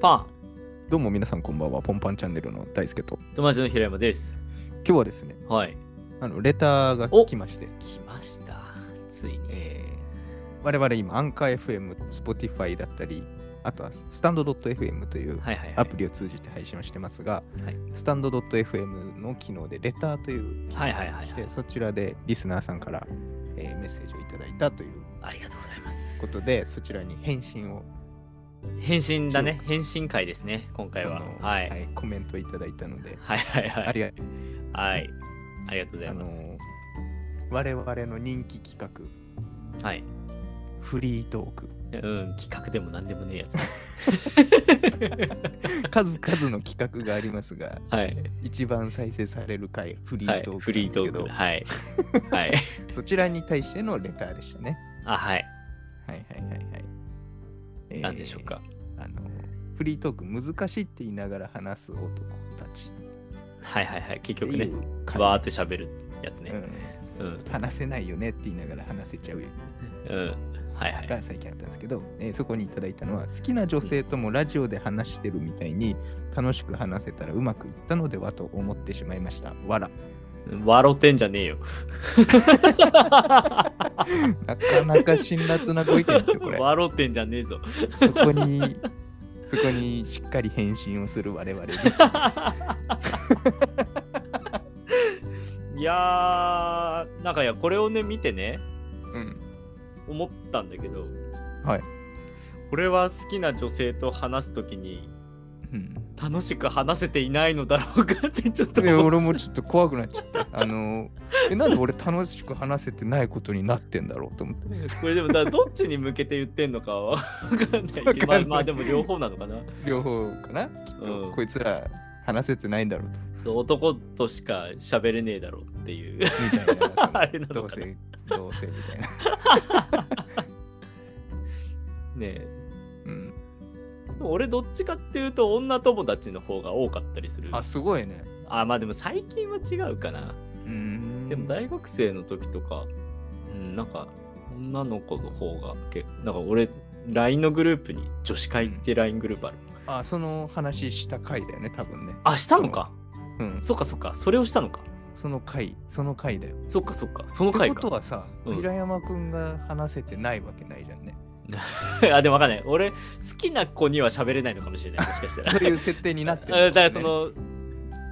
パどうも皆さんこんばんは、ポンパンチャンネルの大輔と。ン友達の平山です。今日はですね、はい。あのレターがお来まして、来ました。ついに。えー我々今、アンカー FM、Spotify だったり、あとはスタンド .fm というはいはいはい。アプリを通じて配信をしてますが、はいスタンド .fm の機能でレターという機能はいはいはがいはあいりまして、そちらでリスナーさんから、えーメッセージをいただいたというありがとうございます。ことで、そちらに返信を、返信だね。返信会ですね。今回そは。のはい。はいコメントいただいたので、はいはいあはい。りがとうはい。ありがとうございあまのす。ー我々の人気企画、はい。フリートーク。うん、企画でも何でもねえ やつ。数々の企画がありますが、はい。一番再生される回、フリはーいトー。クフなんリですートけーど、ク。はい。はい。そちらに対してのレターでしたね。あ、はい。はいはいはいはい。えー何でしょうか。あのフリートーク難しいって言いながら話す男たちっていうはいはいはい。結局ね。回わーって喋るやつうね。んうん。話せないよねって言いながら話せちゃうようん。はいはい。が最近あったんですけど、えーそこにいただいたのは好きな女性ともラジオで話してるみたいに楽しく話せたらうまくいったのではと思ってしまいました。わら。笑ってんじゃねえよ。なかなか辛辣なご意見ですよ、こ れ。笑ってんじゃねえ ぞ。そこに、そこにしっかり返信をする我々で。いやー、なんかいや、これをね、見てね、うん。思ったんだけど、はい。俺は好きな女性と話すときに、うん、楽しく話せていないのだろうかってちょっとで思っ俺もちょっと怖くなっちゃった。 あのえ、なんで俺楽しく話せてないことになってんだろうと思って。これでもだからどっちに向けて言ってんのかは分かんないわけかんなど、まあ、いまあでも両方なのかな。両方かなきっと、うんこいつら話せてないんだろうと。そう男としか喋れねえだろうっていう。 みたいな あれな。そのどのうかなせ、どうせみたいな。ねえうん、でも俺どっちかっていうと女友達の方が多かったりする。あ、すごいね。あまあでも最近は違うかな。うん。でも大学生の時とか、うん、なんか女の子の方が結構なんか俺 LINE のグループに女子会って LINE グループある、あ、その話した回だよね、多分ね。あしたのか、うん。そっかそっかそれをしたのかその回、その回だよ。そっかそっかそのって回ことかはさ、うん平山くんが話せてないわけないじゃんね。あでも分かんない俺好きな子には喋れないのかもしれ ないもしかしたらそういう設定になって あだるだかよね、ら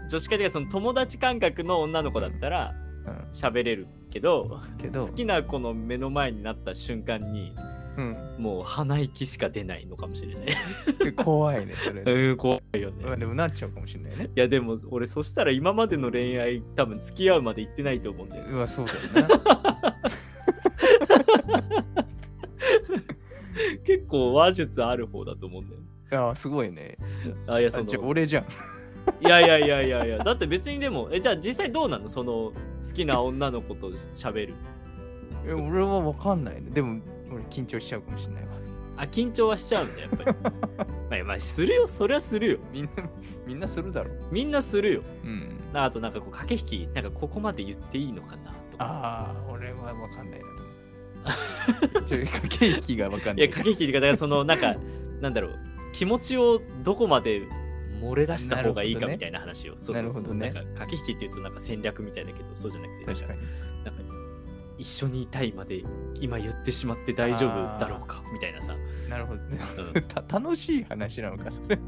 その女子会でその友達感覚の女の子だったらうん喋れるけどけど好、きな子の目の前になった瞬間にうんもう鼻息しか出ないのかもしれない で、怖いね、それ。うん怖いよねまあでもなっちゃうかもしれないね。いやでも俺そしたら今までの恋愛多分付き合うまで行ってないと思うんだよねうわ、そうだよ な。結構話術ある方だと思うんだよねいや、すごいね。あいやあそのじゃあ俺じゃん。いやいやいやいやいやだって別にでもえじゃあ実際どうなのその好きな女の子と喋るえ俺はわかんないね。でも、俺緊張しちゃうかもしれないわ。 あ緊張はしちゃうんだやっぱりまあまあするよそりゃするよみんな、みんなするだろう。みんなするようん。あとなんかこう駆け引きなんかここまで言っていいのかなとかさああ、俺はわかんないなと思う。ちょ駆け引きがわかんいない。や駆け引きっていうかだからそのなん かなんだろう気持ちをどこまで漏れ出した方がいいかみたいな話を、そうそうなるほそうどねなんか駆け引きっていうとなんか戦略みたいだけどそうじゃなくて確かに。なんか一緒にいたいまで今言ってしまって大丈夫だろうかみたいなさ、なるほどね。うん、 た楽しい話なのか、それ。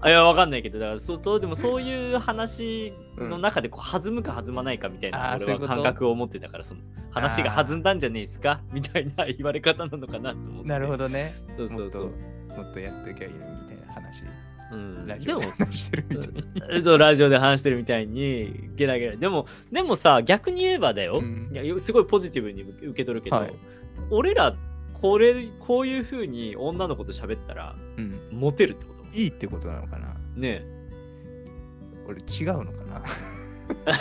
あいやわかんないけどだか らそうそうでもそういう話の中でこう弾むか弾まないかみたいな、あーそう俺はいうこと感覚を持ってたからその話が弾んだんじゃねえですかみたいな言われ方なのか なと思ってなるほどね。そうそうそうもっともっとやっときゃいいのにみたいな話うん、ラジでオもで話してるみたいに、そうラジオで話してるみたいにゲラゲラでもでもさ逆に言えばだよ、うんいやすごいポジティブに受け受け取るけど、はい俺らこれこういう風に女の子と喋ったらうん、モテるってこといいってことなのかなね俺違うのかな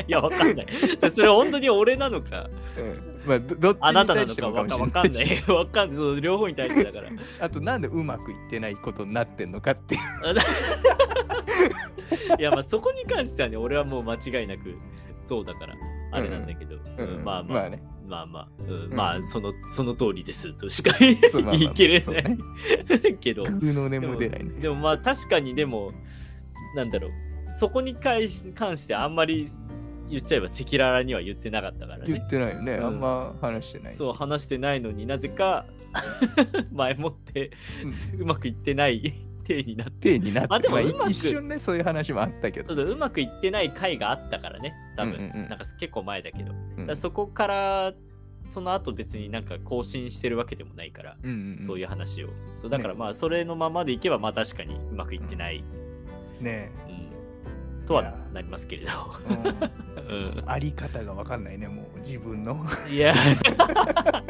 え いやわか んないそれ本当に俺なのかうん まあどどっちあなにたな対のしてかもわかかもわしかれんなないしい わかんないそう両方に対してだからあとなんでうまくいってないことになってんのかっていういやまあそこに関してはね俺はもう間違いなくそうだからあれなんだけど、うんうんまあまあ、ねまあまあ、うんんまあそのその通りですとしか言そうまあまあまあい切れそうなねい けど空の根でもも出ないね。でもまあ確かにでもなんだろうそこに関し関してあんまり言っちゃえば赤裸々には言ってなかったから言ねってないよね。うんあんま話してない。そう話してないのになぜか 前もってうまくいってない体になっ手てになって、あでもまあうまく一瞬ね、そういう話もあったけど。そうだうまくいってない回があったからね多分、うんうんうんなんか結構前だけどだかうんらそこからその後別になんか更新してるわけでもないから、うんうんそういうう話をそうだからまあそれのままでいけばまあ確かにうまくいってない、ん。ねうん、とはなりますけれど、え、うんうん、あり方がわかんないね、もう自分 の。いや、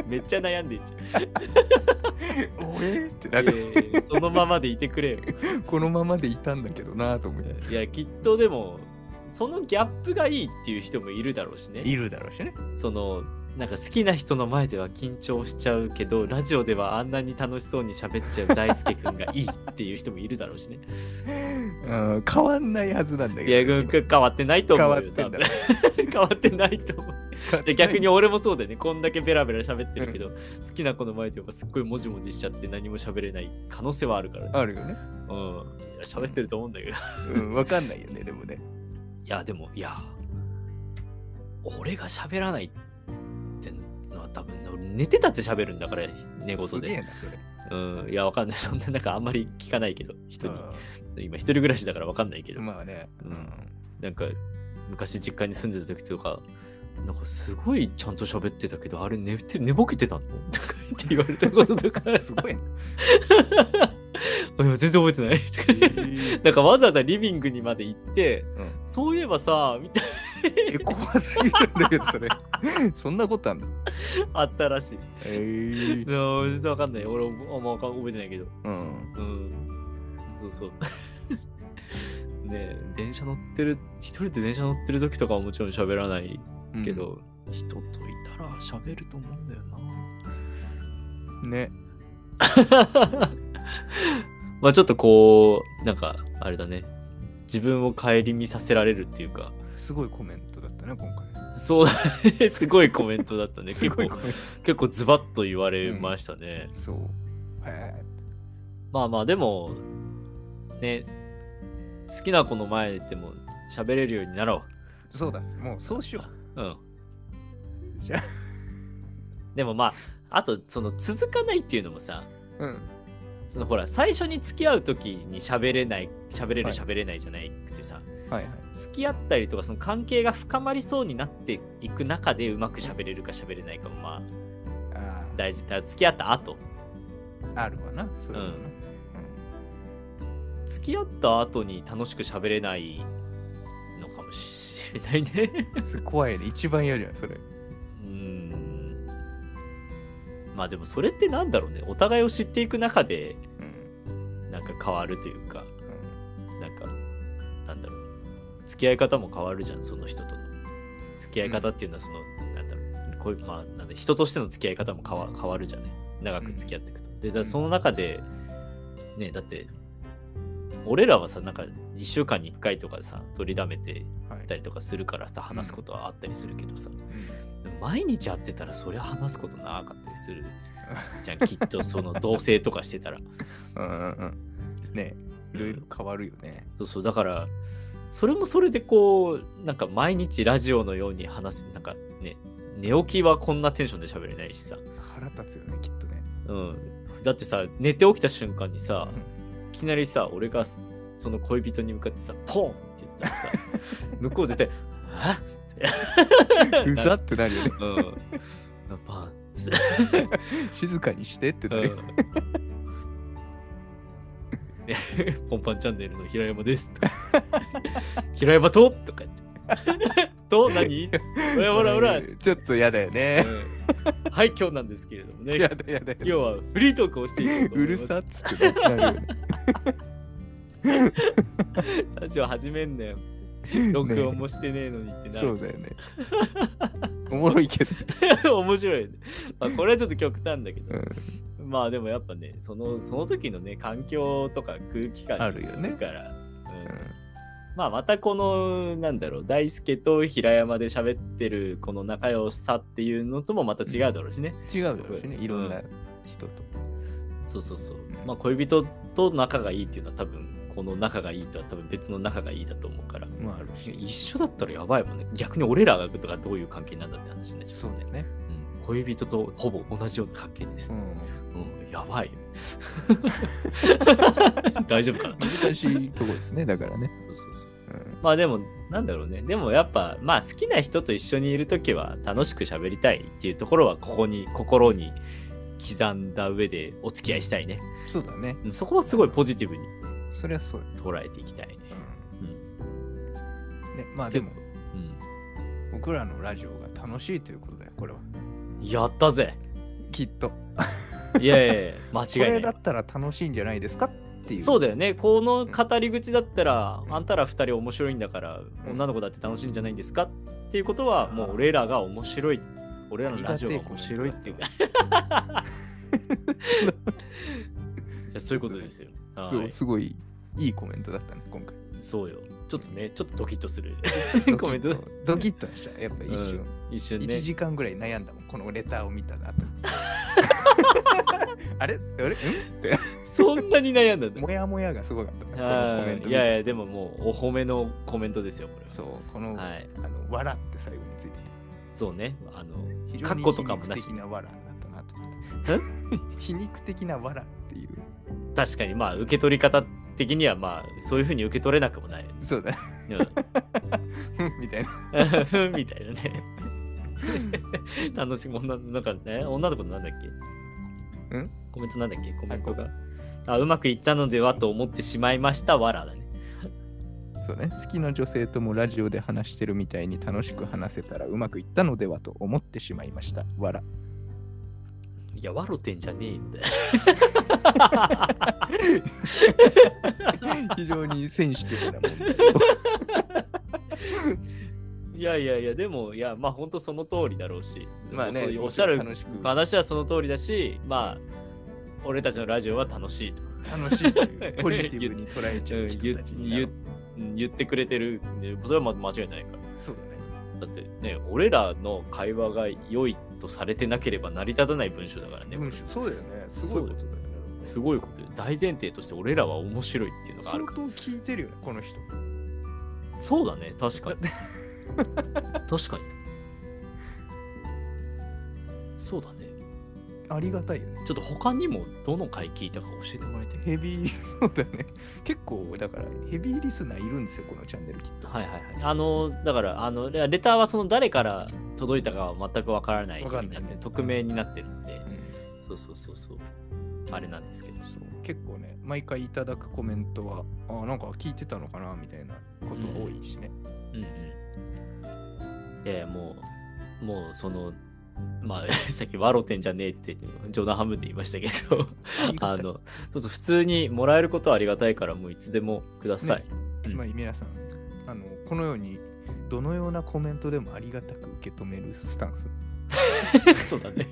めっちゃ悩んでんじゃおえってだっん。いやて、いやいやそのままでいてくれよ。このままでいたんだけどなと思って。いや、きっとでも、そのギャップがいいっていう人もいるだろうしね。いるだろうしね。その、なんか好きな人の前では緊張しちゃうけど、ラジオではあんなに楽しそうに喋っちゃう大輔くんがいいっていう人もいるだろうしね。うん、変わんないはずなんだいや、けど。変わってないと思変うわっよ。て多んだ分 変わってないと思う。で逆に俺もそうだよね。こんだけベラベラ喋ってるけど、好きな子の前ではすっごいもじもじしちゃって何も喋れない可能性はあるからね。あるよね。うん。いや喋ってると思うんだけど。うん、わかんないよね、でも ね。いや、でも、いや、俺が喋らないってのは多分、俺寝てたって喋るんだから、寝言すげえで。な、それ。うん、いや、わかんない。そんな、なんかあんまり聞かないけど、人に。今、一人暮らしだからわかんないけうど、んまあね。ううんん なんか、昔実家に住んでた時とか、なんかすごいちゃんと喋ってたけど、あれ寝て、寝ぼけてたの とか言って言われたこと とか、すごいな。いや全然覚えてない。 とか言ってなんかわざわざリビングにまで行って、うんそういえばさ、みたいえ怖すぎるんだけど、それ。 そんなことあんだ。なのあったらしい。 えーいや全然わかんない。俺、あんま覚えてないけど。うん。うん。そうそう。 ねえ、電車乗ってる、一人で電車乗ってる時とかはもちろん喋らないけど、人といたら喋ると思うんだようん。ね。な。まあちょっとこう、なんか、あれだね。自分を顧みさせられるっていうか、すごいコメントだったね、今回。そう、 すごいコメントだったね。す結ごい構コ、メン結構ズバッと言われましたね。ト。そう。へまあまあでもね好きな子の前でも喋れるようになろーそうだ。もうそうしよううんう。じゃでもまああとその続かないっていうのもさあ。うん。そのほら最初に付き合う時に喋れない喋れるはい喋れないじゃないくてさ、はいはい。付き合ったりとかその関係が深まりそうになっていく中でうまく喋れるか喋れないかもまああ大事だから付き合った後あ。あるわな。それはなうん付き合った後に楽しく喋れないのかもしれないねうんす怖いね。一番嫌じゃん、それ。うーんまあでもそれってなんだろうねお互いを知っていく中でうん。なんか変わるというかうんなんかなんだろう付き合い方も変わるじゃんその人との付き合い方っていうのはその、なんだろうこういうまあなんだ人としての付き合い方も変わ変わるじゃない長く付き合っていくと、でだからその中でねだって俺らはさなんか1週間に1回とかさ取りだめてはいたりとかするからさ話すことはあったりするけどさ、毎日会ってたらそりゃ話すことなかったりするじゃんきっとその同棲とかしてたらうんうんうん。ねいろいろ変わるよね。そうそうだからそれもそれでこうなんか毎日ラジオのように話すなんかね寝起きはこんなテンションで喋れないしさ、腹立つよね、きっとね。うん、だってさ寝て起きた瞬間にさうんいきなりさ俺がその恋人に向かってさポンって言ったらさ向こう絶対「あっ!」うざってな るよね。うんパンツ静かにしてってなるよ。ねポンパンチャンネルの平山です。とか平山ととか言って。と何ほらほらほら、うんちょっと嫌だよね。はい、今日なんですけれどもね。嫌今だ嫌だよね日はフリートークをしていこうとう思います。るさっつってなるよね。ラジオ始めんなよ。 録音もしてねえのにってなそるう。だよね。おもろいけど。 面白いよね。まあ、これはちょっと極端だけどう。んまあでもやっぱね、そのその時のね、環境とか空気感あるよねだから。うんまあまたこのなんだろう大輔と平山で喋ってるこの仲良さっていうのともまた違うだろうしね、違うだろうしね、いろんな人と。そうそうそうまあ恋人と仲がいいっていうのは多分この仲がいいとは多分別の仲がいいだと思うからまああるし。一緒だったらやばいもんね逆に俺らがとかどういう関係なんだって話になっちゃそうだよね。うん恋人とほぼ同じような関係です、ううんん。やばい 大丈夫かな難しいとこですね、だからね。そうそうそううんまあでもなんだろうねでもやっぱまあ好きな人と一緒にいる時は楽しく喋りたいっていうところはここに心に刻んだ上でお付き合いしたいねそうだね。うんそこはすごいポジティブにそりゃそうよ。捉えていきたいねうんね、まあでも、僕らのラジオが楽しいということだよ、これは。うん、やったぜきっと。こいやいや いや間違いなれいだったら楽しいんじゃないですかっていう。そううだよねこの語り口だったら、うんあんたら2人面白いんだから、うん女の子だって楽しいんじゃないんですかっていうことはもう俺らが面白い俺らのラジオが面白いっていうか じゃあそういうことですよ、はい、そう、すごいいいコメントだったね、今回。そうよちょっとねちょっとドキッとする ココメメンントトドキッとした。やっぱ一瞬。うん一瞬ね1時間ぐらい悩んだもん、このレターを見た なと。あれあれんって、そんなに悩んだんだもやもやがすごかったな。このコはメンいト見いてやいやでももうお褒めのコメントですよこれはそう、この、はいあの、笑って最後についてそうねあの非カ常にッコとかもなし皮肉的な笑だったなと思って。 皮肉的な笑っていう。確かにまあ受け取り方的にはまあそういうふうに受け取れなくもない、そうだ、 うんみたいな。うん みたいなね。楽しみ女の子ね、女の子のなんだっけんコメントなんだっけコメントが。あ、うまくいったのではと思ってしまいました、わらだね。そうね。好きな女性ともラジオで話してるみたいに楽しく話せたらうまくいったのではと思ってしまいました。 笑。いや、わろてんじゃねえよみたい非常にセンシティブなもんで。 な。いやいやいや、でも、いや、まあ本当その通りだろうし、まあそねういう、おっしゃる楽しく話はその通りだし、まあ、俺たちのラジオは楽しいと楽しいというポジティブに捉えちゃう人たちになろう言うん言ってくれてるんで、それはまあ間違いないから。そうだね。だってね、俺らの会話が良いとされてなければ成り立たない文章だからね。文章そうだよね。すごいことだよね。すごいことよ大前提として俺らは面白いっていうのがあ相る当か聞いてるよね、この人。ら。そうだね、確か に。確かに。そうだね。ありがたいよね。ちょっと他にもどの回聞いたか教えてもらいたい。ヘビー、そうだね。結構、だから、ヘビーリスナーいるんですよ、このチャンネルきっと。はいはいはい。あの、だから、あの、レレターはその誰から届いたかは全くわからないわかんないようにって匿名になってるんで、そうそうそうそう。あれなんですけど。そう結構ね、毎回いただくコメントは、あなんか聞いてたのかなみたいなこと多いしね。うんうん。いやいやもう、もうその、まあ、 さっき、ワロテンじゃねえって、冗談半分で言いましたけど、ありがたあいの、そうそう、普通にもらえることはありがたいから、もういつでもください。ねまあ、皆さんあの、このように、どのようなコメントでもありがたく受け止めるスタンス。 そうだね。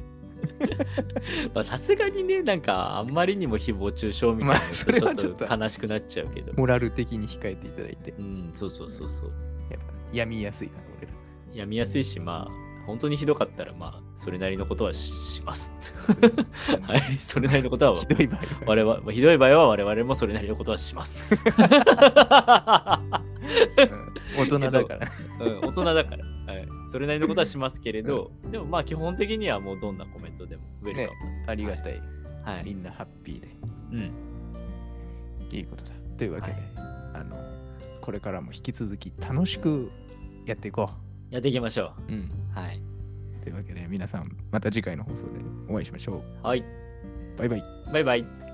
まあさすがにね、なんか、あんまりにも誹謗中傷みたいなまあのそれとはちょっちょとっと悲しくなっちゃうけど。モラル的に控えていただいて、うん、そうそうそうそう。やっぱ病みやすいから、俺ら。やみやすいし、まあ、本当にひどかったら、まあ、それなりのことはします。 はい、それなりのことはひどい場合は。我々ひどい場合は我々もそれなりのことはし ます。うん大人だ から。うん、大人だから、はい。それなりのことはしますけれど、でもまあ基本的にはもうどんなコメントでもウェルありがたい。カム。はみい。んなハッピーで。うん。いいことだ。というわけで、はいあの、これからも引き続き楽しくやっていこやっていきましょう。うん。う。はい。というわけで、皆さん、また次回の放送でお会いしましょう。はい。バイバイ。バイバイ。